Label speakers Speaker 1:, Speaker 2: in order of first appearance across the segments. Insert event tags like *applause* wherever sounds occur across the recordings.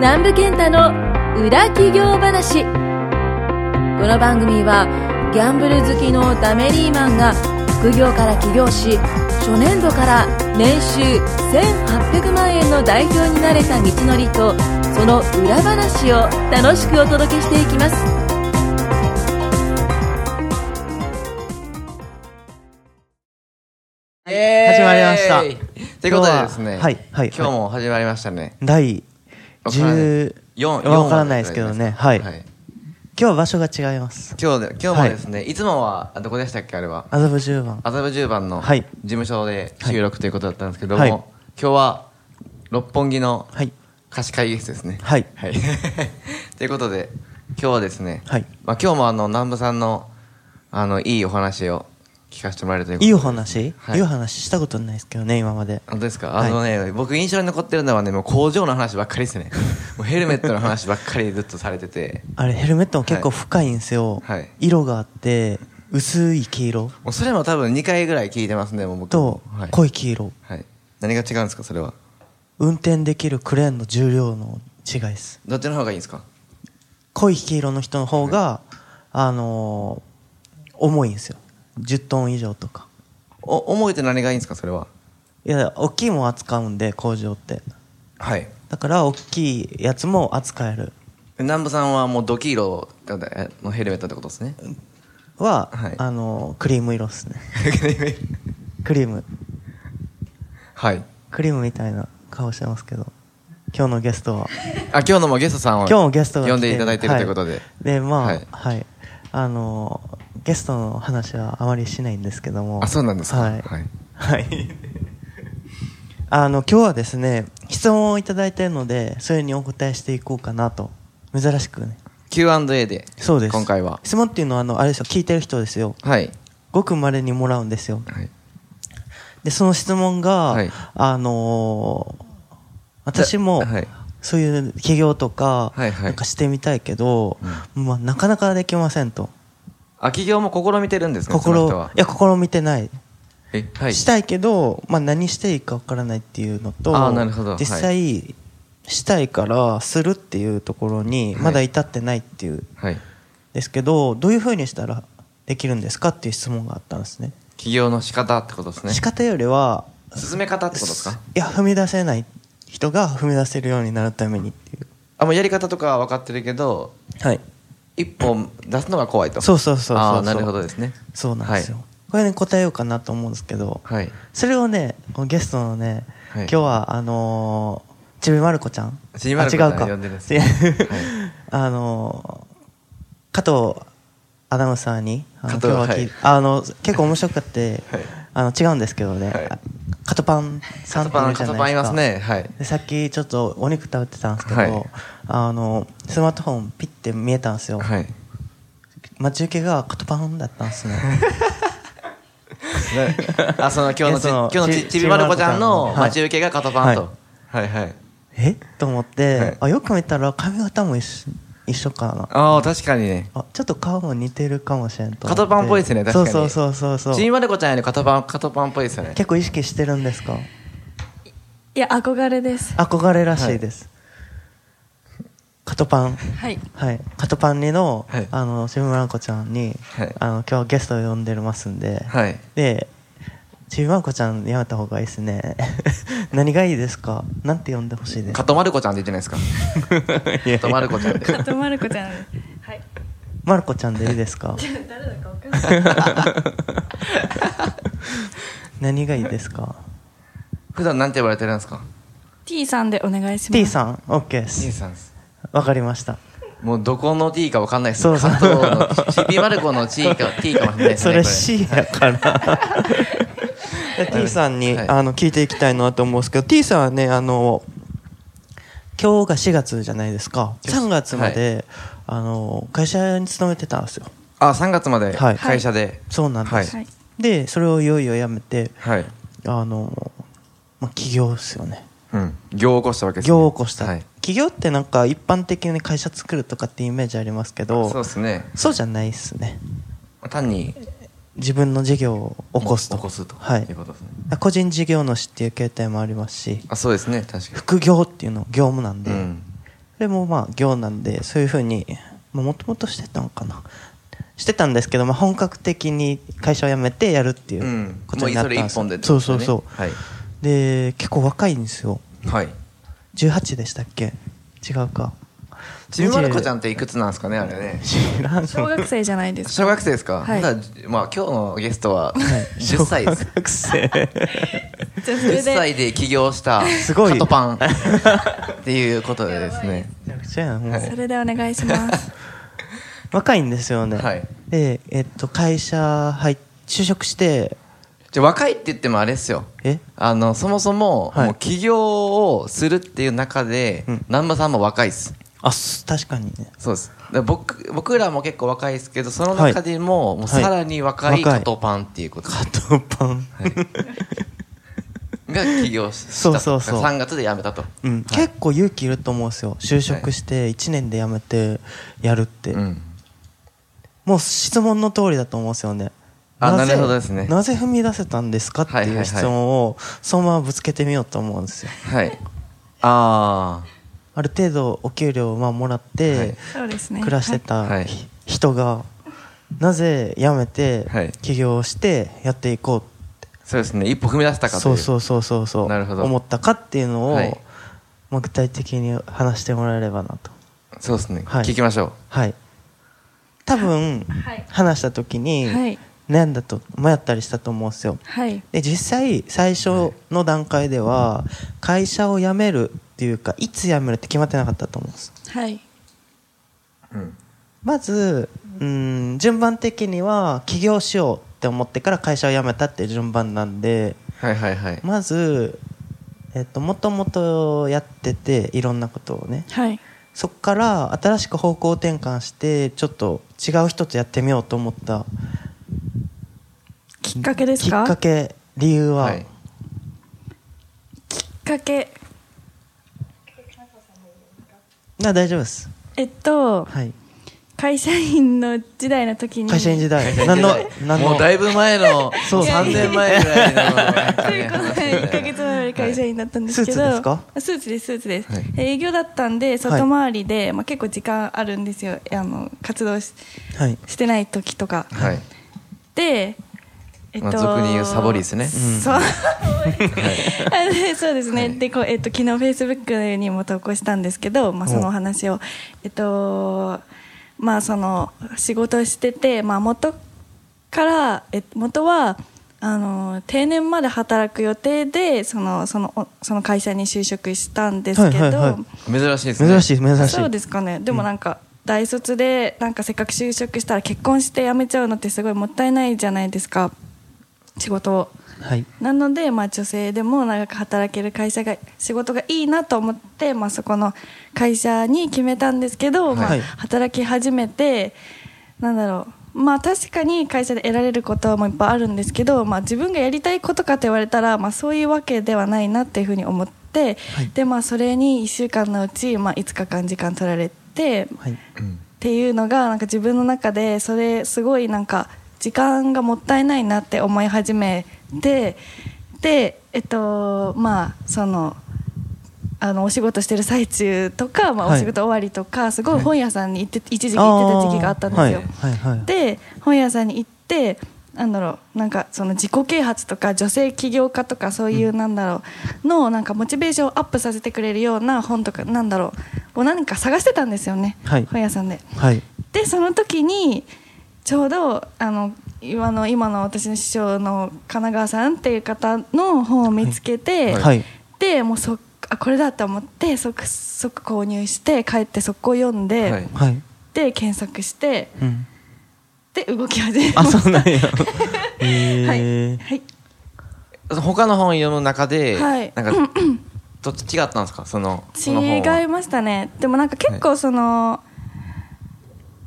Speaker 1: 南部健太の裏企業話この番組はギャンブル好きのダメリーマンが副業から起業し初年度から年収1800万円の代表になれた道のりとその裏話を楽しくお届けしていきます
Speaker 2: はい始まりました
Speaker 3: イエーイということでですね、
Speaker 2: 今日ははいはい
Speaker 3: 今日も始まりましたね。
Speaker 2: 第10
Speaker 3: 4
Speaker 2: わからないですけどねはい
Speaker 3: 今
Speaker 2: 今日は場所が違います
Speaker 3: 日で、今日もですね、い、つもは、あどこでしたっけ、あれは。
Speaker 2: 麻布十番
Speaker 3: 麻布十番の
Speaker 2: はい
Speaker 3: 事務所で収録ということだったんですけども、
Speaker 2: はい
Speaker 3: 今日は、六本木の
Speaker 2: はい
Speaker 3: 貸し会議室ですね。
Speaker 2: はい
Speaker 3: はい。 *laughs* ということで、今日はですね、
Speaker 2: はい
Speaker 3: まあ今日もあの、南部さんの、あの、いいお話を聞かせてもらえるということ
Speaker 2: い
Speaker 3: で
Speaker 2: いお話、
Speaker 3: はい
Speaker 2: い、いお話したことないですけどね今まで
Speaker 3: 本当ですか、
Speaker 2: は
Speaker 3: あ
Speaker 2: い
Speaker 3: のね僕印象に残ってるのはねもう工場の話ばっかりです
Speaker 2: *laughs*
Speaker 3: ねもうヘルメットの話ばっかりずっとされてて
Speaker 2: あれヘルメットも結構
Speaker 3: はい
Speaker 2: 深いんですよ、
Speaker 3: はい
Speaker 2: 色があって薄い黄色
Speaker 3: もうそれも多分2回ぐらい聞いてますねもう僕
Speaker 2: と
Speaker 3: はい、
Speaker 2: 濃い黄色、
Speaker 3: はい、何が違うんですかそれは
Speaker 2: 運転できるクレーンの重量の違いです
Speaker 3: どっちの方がいいんですか
Speaker 2: 濃い黄色の人の方が、あのー重いんですよ10トン以上とか
Speaker 3: お重いって何がいいんですかそれはい
Speaker 2: や大きいもん扱うんで工場って
Speaker 3: はい
Speaker 2: だから大きいやつも扱える
Speaker 3: 南部さんはもうドキーロのヘルメットってことです
Speaker 2: *laughs*
Speaker 3: ね
Speaker 2: は、
Speaker 3: はい
Speaker 2: あのクリーム色っすねクリーム
Speaker 3: はい
Speaker 2: クリームみたいな顔してますけど今日のゲストは
Speaker 3: あ今日のもゲストさんを
Speaker 2: 今日もゲストが来て
Speaker 3: 呼んでいただいてるということで、
Speaker 2: はでまあ
Speaker 3: は
Speaker 2: はいい、あのゲストの話はあまりしないんですけども
Speaker 3: あそうなんですか
Speaker 2: はい、
Speaker 3: はい
Speaker 2: はい、 *laughs* あの今日はですね質問をいただいてるのでそれにお答えしていこうかなと珍しくね
Speaker 3: Q&A で
Speaker 2: そうです
Speaker 3: 今回は
Speaker 2: 質問っていうのはあのあれですよ聞いてる人ですよ
Speaker 3: はい、
Speaker 2: ごくまれにもらうんですよ
Speaker 3: はい、
Speaker 2: でその質問が、
Speaker 3: はい
Speaker 2: あのー私も、
Speaker 3: だはい
Speaker 2: そういう起業とか,、
Speaker 3: はいはい
Speaker 2: なんかしてみたいけど、まあ、なかなかできませんと
Speaker 3: あ企業も試みてるんですねその
Speaker 2: 心
Speaker 3: 人
Speaker 2: い
Speaker 3: は
Speaker 2: や心見てない、
Speaker 3: えはい
Speaker 2: したいけど、まあ、何していいかわからないっていうのと
Speaker 3: あーなるほど
Speaker 2: 実際、したいからするっていうところに
Speaker 3: はい
Speaker 2: まだ至ってないっていう、
Speaker 3: はい
Speaker 2: ですけどどういうふうにしたらできるんですかっていう質問があったんですね
Speaker 3: 起業の仕方ってことですね
Speaker 2: 仕方よりは
Speaker 3: 進め方ってことですか
Speaker 2: いや踏み出せない人が踏み出せるようになるためにっていう
Speaker 3: あもうやり方とかは分かってるけど
Speaker 2: はい
Speaker 3: 一本出すのが怖いと
Speaker 2: そうそうそうそう
Speaker 3: ああなるほどですね
Speaker 2: そうなんですよ、これに答えようかなと思うんですけど、
Speaker 3: はい
Speaker 2: それをねこのゲストのね、
Speaker 3: はい
Speaker 2: 今日はあのーちびまる子ちゃん
Speaker 3: ちびまる子ちゃん
Speaker 2: あ違うか
Speaker 3: 呼んでるんですね
Speaker 2: 違う
Speaker 3: はい
Speaker 2: *laughs* あのー加藤アナウンサーにあ
Speaker 3: 加
Speaker 2: の
Speaker 3: 藤
Speaker 2: 今日は聞い
Speaker 3: はい
Speaker 2: あの結構面白くって、
Speaker 3: *laughs* はい
Speaker 2: あの違うんですけどね、
Speaker 3: はい
Speaker 2: カトパンさんっているじゃないですか
Speaker 3: カトパンいますねはい
Speaker 2: でさっきちょっとお肉食べてたんですけど、
Speaker 3: はい
Speaker 2: あのスマートフォンピッて見えたんですよ、
Speaker 3: はい *laughs*
Speaker 2: 待ち受けがカトパンだったんですね
Speaker 3: あその今日のち
Speaker 2: いやその
Speaker 3: 今日のち
Speaker 2: ち
Speaker 3: ちびまる子ちゃんの
Speaker 2: はい
Speaker 3: 待ち受けが肩パンとはいはい
Speaker 2: *laughs* えっと思って、
Speaker 3: はい
Speaker 2: あよく見たら髪型も一緒一緒かな
Speaker 3: ああ確かにね
Speaker 2: あちょっと顔も似てるかもしれんと思
Speaker 3: 肩パンっぽいですね確かに
Speaker 2: そうそうそうそう
Speaker 3: ち
Speaker 2: そ
Speaker 3: び
Speaker 2: う
Speaker 3: まる子ちゃんより肩パン肩パンっぽいですよね
Speaker 2: 結構意識してるんですか
Speaker 1: いや憧れです
Speaker 2: 憧れらしいです、カトパン
Speaker 1: はい
Speaker 2: はいカトパンにの、
Speaker 3: はい
Speaker 2: あのちびまる子ちゃんに、
Speaker 3: はい
Speaker 2: あの今日はゲストを呼んでますんで、
Speaker 3: はい
Speaker 2: でちびまる子ちゃんやめた方がいいですね *laughs* 何がいいですかなんて呼んでほしいですか
Speaker 3: 肩まる子ちゃんって言ってないですか肩まる子ちゃんで
Speaker 4: カットマルコちゃんはい
Speaker 2: まる子ちゃんでいいですか
Speaker 4: *laughs* 誰だかわかんない
Speaker 2: *laughs*
Speaker 3: *laughs*
Speaker 2: 何がいいですか
Speaker 3: *laughs* 普段なんて呼ばれてるんですか
Speaker 4: T さんでお願いします
Speaker 2: T さん OK で
Speaker 3: T
Speaker 2: す
Speaker 3: さんです
Speaker 2: わかりました
Speaker 3: もうどこの T かわかんないです
Speaker 2: そうそう
Speaker 3: 加藤のちびまる子の T か T かもしれないです
Speaker 2: *laughs* そ
Speaker 3: ね。
Speaker 2: れ
Speaker 3: こ
Speaker 2: C やから
Speaker 3: *laughs*
Speaker 2: で T さんに、
Speaker 3: はい
Speaker 2: あの聞いていきたいなと思うんですけど T さんはねあの今日が4月じゃないですか
Speaker 3: です
Speaker 2: 3月まで、あの会社に勤めてたんですよ
Speaker 3: あ、3月まで
Speaker 2: はい
Speaker 3: 会社で。
Speaker 2: そうなんです、
Speaker 3: はい
Speaker 2: でそれをいよいよ辞めて
Speaker 3: はい。
Speaker 2: あの、まあ、起業ですよね
Speaker 3: うん。業を起こしたわけですね。
Speaker 2: 業を起こした、
Speaker 3: はい。
Speaker 2: 起業ってなんか一般的に会社作るとかってイメージありますけど
Speaker 3: そうですね。
Speaker 2: そうじゃないですね
Speaker 3: 単に
Speaker 2: 自分の事業を起こすと
Speaker 3: 起こすと。
Speaker 2: はい
Speaker 3: いうことですね。
Speaker 2: 個人事業主っていう形態もありますし
Speaker 3: あ、そうですね。確か
Speaker 2: 副業っていうのも業務なん
Speaker 3: に。
Speaker 2: で、
Speaker 3: うん。
Speaker 2: れもまあ行なんでそういうふうにもともとしてたのかなしてたんですけど、まあ、本格的に会社を辞めてやるってい
Speaker 3: うん
Speaker 2: うことになったんです、
Speaker 3: もうそれ一本でって
Speaker 2: そ
Speaker 3: こ
Speaker 2: う
Speaker 3: と
Speaker 2: そう
Speaker 3: ですね
Speaker 2: そう、
Speaker 3: はい
Speaker 2: で結構若いんですよ
Speaker 3: はい
Speaker 2: 18でしたっけ違うか
Speaker 3: ちびまる子ちゃん
Speaker 2: ん
Speaker 3: っていくつなんですかねあれね
Speaker 2: 知らん
Speaker 4: 小学生じゃな
Speaker 2: *laughs*
Speaker 4: いです
Speaker 3: 小学生ですか、
Speaker 4: はい
Speaker 3: まだまあ今日のゲストは
Speaker 2: はい
Speaker 3: 10歳です
Speaker 2: 小学生
Speaker 4: じゃあそ
Speaker 3: 10
Speaker 4: れで
Speaker 3: 歳で起業した
Speaker 2: すごい
Speaker 3: カトパンっていうことでですね
Speaker 2: めちゃくちゃやんもう
Speaker 4: それでお願いし
Speaker 2: *laughs*
Speaker 4: ます
Speaker 2: 若いんですよね、
Speaker 3: はい
Speaker 2: で、えっと、会社入っ就職して
Speaker 3: じゃあ若いって言ってもあれですよ
Speaker 2: え
Speaker 3: あのそもそも,、
Speaker 2: はい
Speaker 3: もう起業をするっていう中で、
Speaker 2: うん
Speaker 3: 南波さんも若いです
Speaker 2: あす確かにね
Speaker 3: そうですで僕僕らも結構若いですけどその中でも,、もうさらに若
Speaker 2: はいい若
Speaker 3: カ
Speaker 2: い
Speaker 3: トパンっていうこと
Speaker 2: カトパン、
Speaker 3: が起業したと
Speaker 2: そうそうそう
Speaker 3: 3月で辞めたと、
Speaker 2: うん、結構勇気いると思うんですよ就職して1年で辞めてやるって、
Speaker 3: うん
Speaker 2: もう質問の通りだと思うんですよね
Speaker 3: あ
Speaker 2: ぜ
Speaker 3: なるほどですね
Speaker 2: なぜ踏み出せたんですかって
Speaker 3: はいはい
Speaker 2: い
Speaker 3: は
Speaker 2: う
Speaker 3: い
Speaker 2: 質問をそのままぶつけてみようと思うんですよ
Speaker 3: はいあ
Speaker 2: ある程度お給料をまあもらって、
Speaker 3: はい
Speaker 4: そうですね
Speaker 2: 暮らしてた、
Speaker 3: はい
Speaker 2: ひ人がなぜ辞めて
Speaker 3: はい
Speaker 2: 起業してやっていこうって、
Speaker 3: あそうですね一歩踏み出したかとい
Speaker 2: そうそううそうそうそう
Speaker 3: なるほど
Speaker 2: 思ったかっていうのを、
Speaker 3: はい
Speaker 2: まあ具体的に話してもらえればなと
Speaker 3: そうですね、
Speaker 2: はい
Speaker 3: 聞きましょう
Speaker 2: はい多分、
Speaker 4: はい
Speaker 2: 話した時に、
Speaker 4: はい
Speaker 2: 悩んだと迷ったりしたと思うんですよ
Speaker 4: はい
Speaker 2: で実際最初の段階では会社を辞めるっていうかいつ辞めるって決まってなかったと思うんです
Speaker 4: はい
Speaker 3: うん
Speaker 2: まず、うん、順番的には起業しようって思ってから会社を辞めたっていう順番なんで
Speaker 3: はいはいはい、
Speaker 2: まず、えっと、もともとやってていろんなことをね
Speaker 4: はい
Speaker 2: そこから新しく方向転換してちょっと違う人とやってみようと思った
Speaker 4: きっかけです
Speaker 2: きっ
Speaker 4: か
Speaker 2: かけ理由は、
Speaker 3: はい
Speaker 4: きっかけ
Speaker 2: な大丈夫です、
Speaker 4: えっと
Speaker 2: はい、
Speaker 4: 会社員の時代の時に
Speaker 2: 会社員時代
Speaker 3: 何
Speaker 2: 何の何の
Speaker 3: もうだいぶ前の
Speaker 2: そう
Speaker 3: 3年前ぐらい
Speaker 4: ということ
Speaker 3: の
Speaker 4: で1ヶ月前まで会社員だったんですけど、
Speaker 2: はいスーツですか
Speaker 4: スーツですスーツです、
Speaker 3: はい
Speaker 4: 営業だったんで外回りで、まあ、結構時間あるんですよあの活動し
Speaker 2: はい、
Speaker 4: してない時とか
Speaker 3: はい、
Speaker 4: でえ
Speaker 3: まあ俗に言うサボりですね
Speaker 4: そうあで *laughs* そうですね、でこう、えっと、昨日フェイスブックにも投稿したんですけど、まあ、そのお話をえっとまあその仕事をしてて、まあ、元からえ元はあの定年まで働く予定でそのそのおその会社に就職したんですけど、
Speaker 2: はいはいはい
Speaker 3: 珍しいですね
Speaker 2: 珍しい珍しい
Speaker 4: そうですかねでもなんか、大卒でなんかせっかく就職したら結婚して辞めちゃうのってすごいもったいないじゃないですか仕事を
Speaker 2: はい
Speaker 4: なので、まあ、女性でも長く働ける会社が仕事がいいなと思って、まあ、そこの会社に決めたんですけど、ま
Speaker 2: はい
Speaker 4: あ、働き始めてなんだろうまあ確かに会社で得られることもいっぱいあるんですけど、まあ、自分がやりたいことかと言われたら、まあ、そういうわけではないなっていうふうに思って、
Speaker 2: はい
Speaker 4: でまあ、それに1週間のうち、まあ、5日間時間取られて、
Speaker 2: はい
Speaker 3: うん
Speaker 4: っていうのがなんか自分の中でそれすごいなんか時間がもったいないなって思い始めてでえっとまあその。あのお仕事してる最中とか、まあ、
Speaker 2: はい
Speaker 4: お仕事終わりとか、すごい本屋さんに行って一時期行ってた時期があったんですよ。
Speaker 2: あーはいはいはい
Speaker 4: で本屋さんに行ってなんだろうなんかその自己啓発とか女性起業家とかそういうなんだろうのなんかモチベーションをアップさせてくれるような本とかなんだろうを何か探してたんですよね、
Speaker 2: はい
Speaker 4: 本屋さんで。
Speaker 2: はい
Speaker 4: でその時にちょうどあの今の今の私の師匠の神奈川さんっていう方の本を見つけて、
Speaker 2: はいはい
Speaker 4: でもうそあこれだと思って即即購入して帰って速攻読んで、
Speaker 3: はい
Speaker 2: はい、
Speaker 4: で検索して
Speaker 2: うん、
Speaker 4: で動き始めま
Speaker 2: あ
Speaker 4: した
Speaker 2: そうなん *laughs* や
Speaker 4: はい、
Speaker 2: へえ
Speaker 4: はい、
Speaker 3: 他の本読む中で、
Speaker 4: はい
Speaker 3: なんかどっち違ったんですかそのその本は
Speaker 4: 違いましたねでもなんか結構その、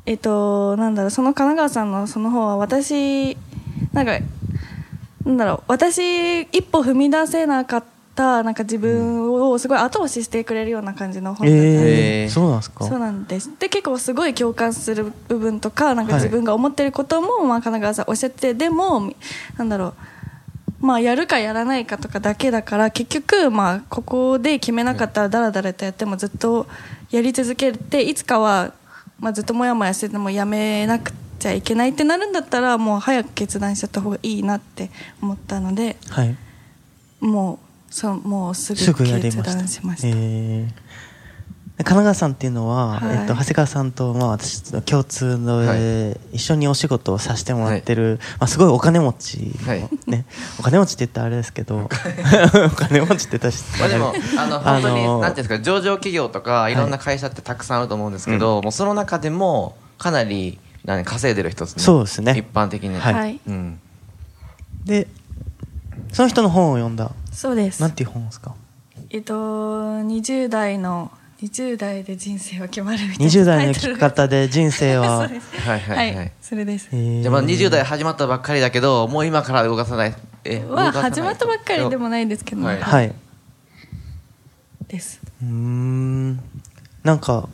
Speaker 4: えっとなんだろうその神奈川さんのその方は私なんかなんだろう私一歩踏み出せなかったなんか自分をすごい後押ししてくれるような感じの本だったんです
Speaker 2: え
Speaker 3: えー
Speaker 2: ー、そうなんですか
Speaker 4: そうなんですで結構すごい共感する部分とかなんか
Speaker 2: はい
Speaker 4: 自分が思ってることも、まあ、神奈川さんおっしゃっててでもなんだろうまあ、やるかやらないかとかだけだから結局、まあ、ここで決めなかったらだらだらとやってもずっとやり続けていつかは、まあ、ずっともやもやしててもやめなくちゃいけないってなるんだったらもう早く決断しちゃった方がいいなって思ったので
Speaker 2: はい
Speaker 4: もうそもうす
Speaker 2: す
Speaker 4: ぐ
Speaker 2: ぐやり
Speaker 4: 決
Speaker 2: ました
Speaker 4: 断しました。
Speaker 2: えー神奈川さんっていうのは、
Speaker 4: は
Speaker 2: え
Speaker 4: い
Speaker 2: っと、長谷川さんと、まあ、私と共通の、
Speaker 3: はい
Speaker 2: えー一緒にお仕事をさせてもらってる、まあ、すごいお金持ちの、
Speaker 3: はい
Speaker 2: ね、 *laughs* お金持ちって言ったらあれですけど *laughs* お金持ちって言ったら失
Speaker 3: まあ
Speaker 2: 礼
Speaker 3: でもあの本当に
Speaker 2: *laughs* あのー
Speaker 3: なんていうんですか上場企業とかいろんな会社ってたくさんあると思うんですけど、もうその中でもかなりなんか稼いでる人ですね
Speaker 2: そうですね
Speaker 3: 一般的に
Speaker 2: はい
Speaker 4: はい
Speaker 3: うん、
Speaker 2: でその人の本を読んだ
Speaker 4: そうです
Speaker 2: なんていう本ですか
Speaker 4: えっと、20代の20代で人生は決まるみたいな
Speaker 2: 20代の
Speaker 4: タイト
Speaker 2: 生
Speaker 4: ル
Speaker 2: き
Speaker 4: が
Speaker 2: 方で人生は
Speaker 4: *laughs* そうです
Speaker 3: はいはいはい
Speaker 4: それです、
Speaker 2: えー
Speaker 3: じゃあまだ20代始まったばっかりだけどもう今から動かさないえ動
Speaker 4: は
Speaker 3: かさない
Speaker 4: 始まったばっかりでもないんですけど、
Speaker 3: はい
Speaker 2: はい。う
Speaker 4: です
Speaker 2: ーん。なんか、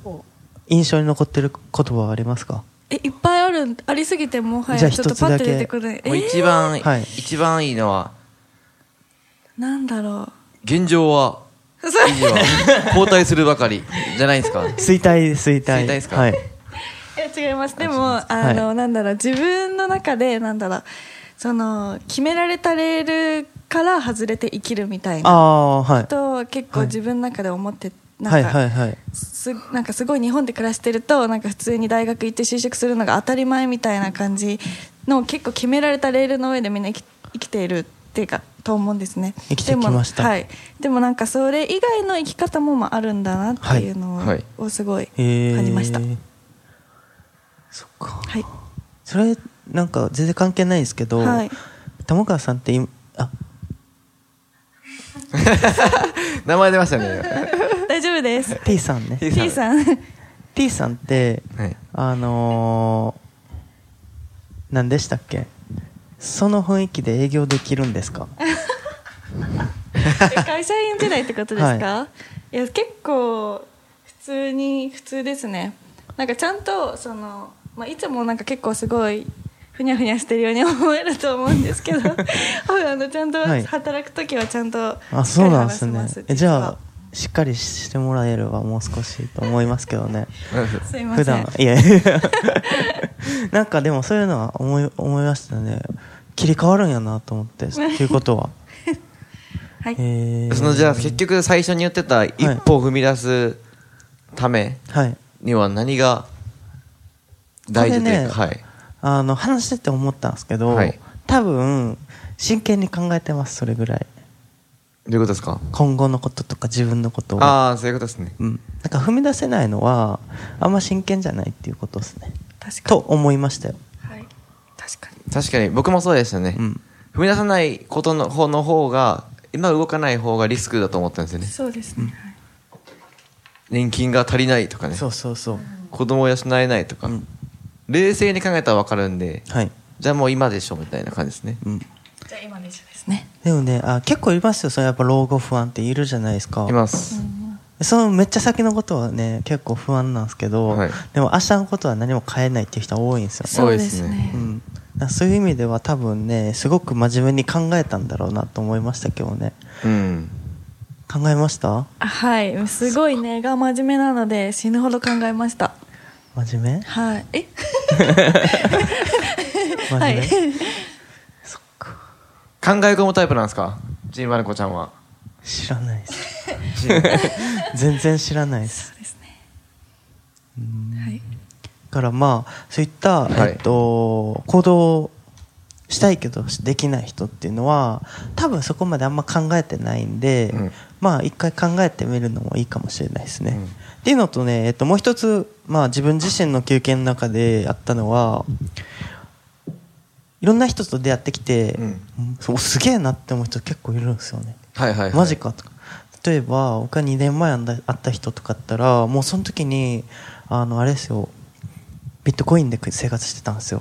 Speaker 2: 印象に残ってる言葉はありますか
Speaker 4: えいっぱいあるありすぎてもは
Speaker 2: じゃあ
Speaker 4: やちょっと
Speaker 2: 一つだ
Speaker 4: パ
Speaker 2: け
Speaker 4: ッと出てこないえ
Speaker 3: もう
Speaker 4: ー
Speaker 3: 一番、
Speaker 2: はい
Speaker 3: 一番いいのは
Speaker 4: なんだろ
Speaker 3: 現状は
Speaker 4: う *laughs* それ
Speaker 3: 維持は *laughs* 後退するばかりじゃないです
Speaker 2: *laughs*
Speaker 3: か
Speaker 2: 衰退、衰
Speaker 3: *laughs* 衰
Speaker 2: 退。
Speaker 3: 退ですか
Speaker 2: はい。
Speaker 4: いや違いますでもあの、
Speaker 2: はい
Speaker 4: なんだろう自分の中でなんだろうその決められたレールから外れて生きるみたい
Speaker 2: あ
Speaker 4: な
Speaker 2: あ、はい。
Speaker 4: と結構自分の中で思って、なんか、
Speaker 2: はい、はい、はい。
Speaker 4: すなんかすごい日本で暮らしてるとなんか普通に大学行って就職するのが当たり前みたいな感じの結構決められたレールの上でみんな生き生きているっていうかと思うんですね
Speaker 2: 生きてきました
Speaker 4: でも,、はい、でもなんかそれ以外の生き方もまああるんだなっていうのを,、
Speaker 3: はいはい
Speaker 4: すごい
Speaker 2: えー
Speaker 4: 感じました、
Speaker 2: そっか。
Speaker 4: はい
Speaker 2: それ、なんか全然関係ないですけど、
Speaker 4: はい
Speaker 2: 玉川さんって今、あ、
Speaker 3: 名前出ましたね、
Speaker 4: 大丈夫です
Speaker 2: T さんね。
Speaker 3: T
Speaker 4: T さん
Speaker 2: T さんって、
Speaker 3: はい、
Speaker 2: あのー、何でしたっけその雰囲気で営業できるんです
Speaker 4: *laughs*
Speaker 2: か
Speaker 4: 会社員時代ってことですか、い、や結構普通に普通ですねなんかちゃんとその、まあ、いつもなんか結構すごいふにゃふにゃしてるように思えると思うんで
Speaker 2: *laughs*
Speaker 4: すけどあのちゃんと
Speaker 2: はい
Speaker 4: 働く時はちゃんと
Speaker 2: あ、
Speaker 4: しっか
Speaker 2: そう
Speaker 4: り
Speaker 2: なんで
Speaker 4: 話
Speaker 2: す
Speaker 4: せ
Speaker 2: ね
Speaker 4: ます
Speaker 2: えじ
Speaker 4: 実
Speaker 2: ゃあ
Speaker 4: は、
Speaker 2: しっかりしてもらえればもう少しと思いますけどね。
Speaker 4: すいませ
Speaker 2: 普
Speaker 4: ん
Speaker 2: 段、いやいや *laughs* なんかでもそういうのは思い、思いましたね。切り替わるんやなと思って、ということ
Speaker 4: *laughs*
Speaker 2: は。
Speaker 4: はい、
Speaker 2: えー
Speaker 3: そのじゃあ結局最初に言ってた一歩踏み出すため
Speaker 2: はい。
Speaker 3: には何が大事というか、
Speaker 2: これ
Speaker 3: はい
Speaker 2: あの、話してて思ったんですけど、
Speaker 3: はい
Speaker 2: 多分、真剣に考えてます、それぐらい。
Speaker 3: どういうことですか
Speaker 2: 今後のこととか自分のことを。
Speaker 3: ああそういうことですね
Speaker 2: うん、なんか踏み出せないのはあんま真剣じゃないっていうことですね
Speaker 4: 確か
Speaker 2: と
Speaker 4: に、
Speaker 2: 思いましたよ、
Speaker 4: はい、確かに
Speaker 3: 確かに僕もそうでしたね、
Speaker 2: うん、
Speaker 3: 踏み出さないことの方の方が今動かない方がリスクだと思ったんですよね
Speaker 4: そうですね、はい
Speaker 3: 年金が足りないとかね
Speaker 2: そうそうそう
Speaker 3: 子供を養えないとか、
Speaker 2: ん
Speaker 3: 冷静に考えたら分かるんで
Speaker 2: はい、
Speaker 3: じゃあもう今でしょみたいな感じですね
Speaker 2: うん、
Speaker 4: じゃあ今で一緒ですね
Speaker 2: でもねあ結構いますよそれやっぱ老後不安っているじゃないですか
Speaker 3: います、
Speaker 2: そのめっちゃ先のことはね結構不安なんですけど、
Speaker 3: はい
Speaker 2: でも明日のことは何も変えないっていう人は多いんですよ、
Speaker 4: そ
Speaker 3: そうう
Speaker 4: で
Speaker 3: ですすね
Speaker 4: ね
Speaker 2: うん、だからそういう意味では多分ねすごく真面目に考えたんだろうなと思いましたけどね
Speaker 3: うん
Speaker 2: 考えました
Speaker 4: あはいすごいねが真面目なので死ぬほど考えました
Speaker 2: 真面目
Speaker 4: はいえ *laughs*
Speaker 2: 真
Speaker 4: は
Speaker 2: 面目、
Speaker 4: い
Speaker 3: 考え込むタイプなんですかちびまる子ちゃんは
Speaker 2: 知らないです
Speaker 3: *laughs*
Speaker 2: 全然知らないです
Speaker 4: そうですね。はい。
Speaker 2: だからまあそういった、
Speaker 3: はい
Speaker 2: えっと、行動したいけどできない人っていうのは多分そこまであんま考えてないんで、
Speaker 3: うん
Speaker 2: まあ一回考えてみるのもいいかもしれないですね。
Speaker 3: うん
Speaker 2: っていうのとね、えっと、もう一つ、まあ、自分自身の経験の中であったのはいろんな人と出会ってきて、
Speaker 3: うん
Speaker 2: うんそうすげえなって思う人結構いるんですよね。
Speaker 3: はいはい、はい、
Speaker 2: マジかとか例えば僕が2年前会った人とかだったらもうその時にあのあれですよビットコインで生活してたんですよ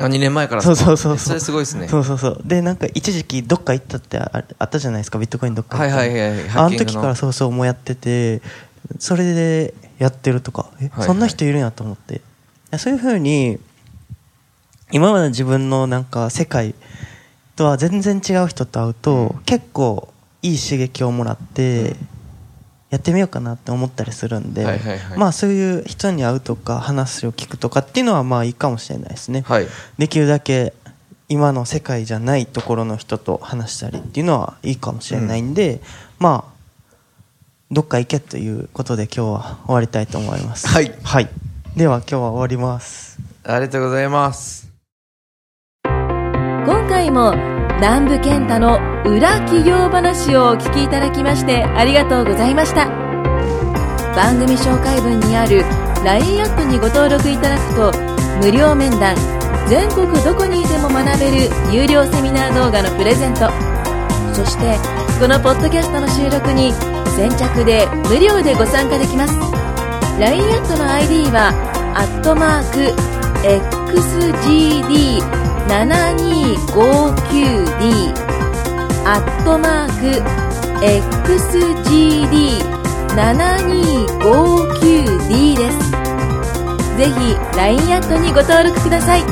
Speaker 3: あ2年前から
Speaker 2: そうそうそう
Speaker 3: それすごいですね
Speaker 2: そうそうそうでなんか一時期どっか行ったってああったじゃないですかビットコインどっか行った
Speaker 3: はいはいはいはい
Speaker 2: あ
Speaker 3: ハッ
Speaker 2: の
Speaker 3: キングの
Speaker 2: 時からそうそうもうやっててそれでやってるとかえ、
Speaker 3: はい
Speaker 2: そんな人いるんやと思っていやそういうふうに今までの自分のなんか世界とは全然違う人と会うと、結構いい刺激をもらって、やってみようかなって思ったりするんで、
Speaker 3: はいはいはい
Speaker 2: まあそういう人に会うとか話を聞くとかっていうのはまあいいかもしれないですね、
Speaker 3: はい
Speaker 2: できるだけ今の世界じゃないところの人と話したりっていうのはいいかもしれないんで、まあどっか行けということで今日は終わりたいと思います
Speaker 3: はい
Speaker 2: はい、では今日は終わります
Speaker 3: ありがとうございます
Speaker 1: 今回も南部健太の裏企業話をお聞きいただきましてありがとうございました番組紹介文にある LINE アップにご登録いただくと無料面談全国どこにいても学べる有料セミナー動画のプレゼントそしてこのポッドキャストの収録に先着で無料でご参加できます LINE アットの ID はアットマーク XGD7259D アットマーク XGD7259D ですぜひ LINE アットにご登録ください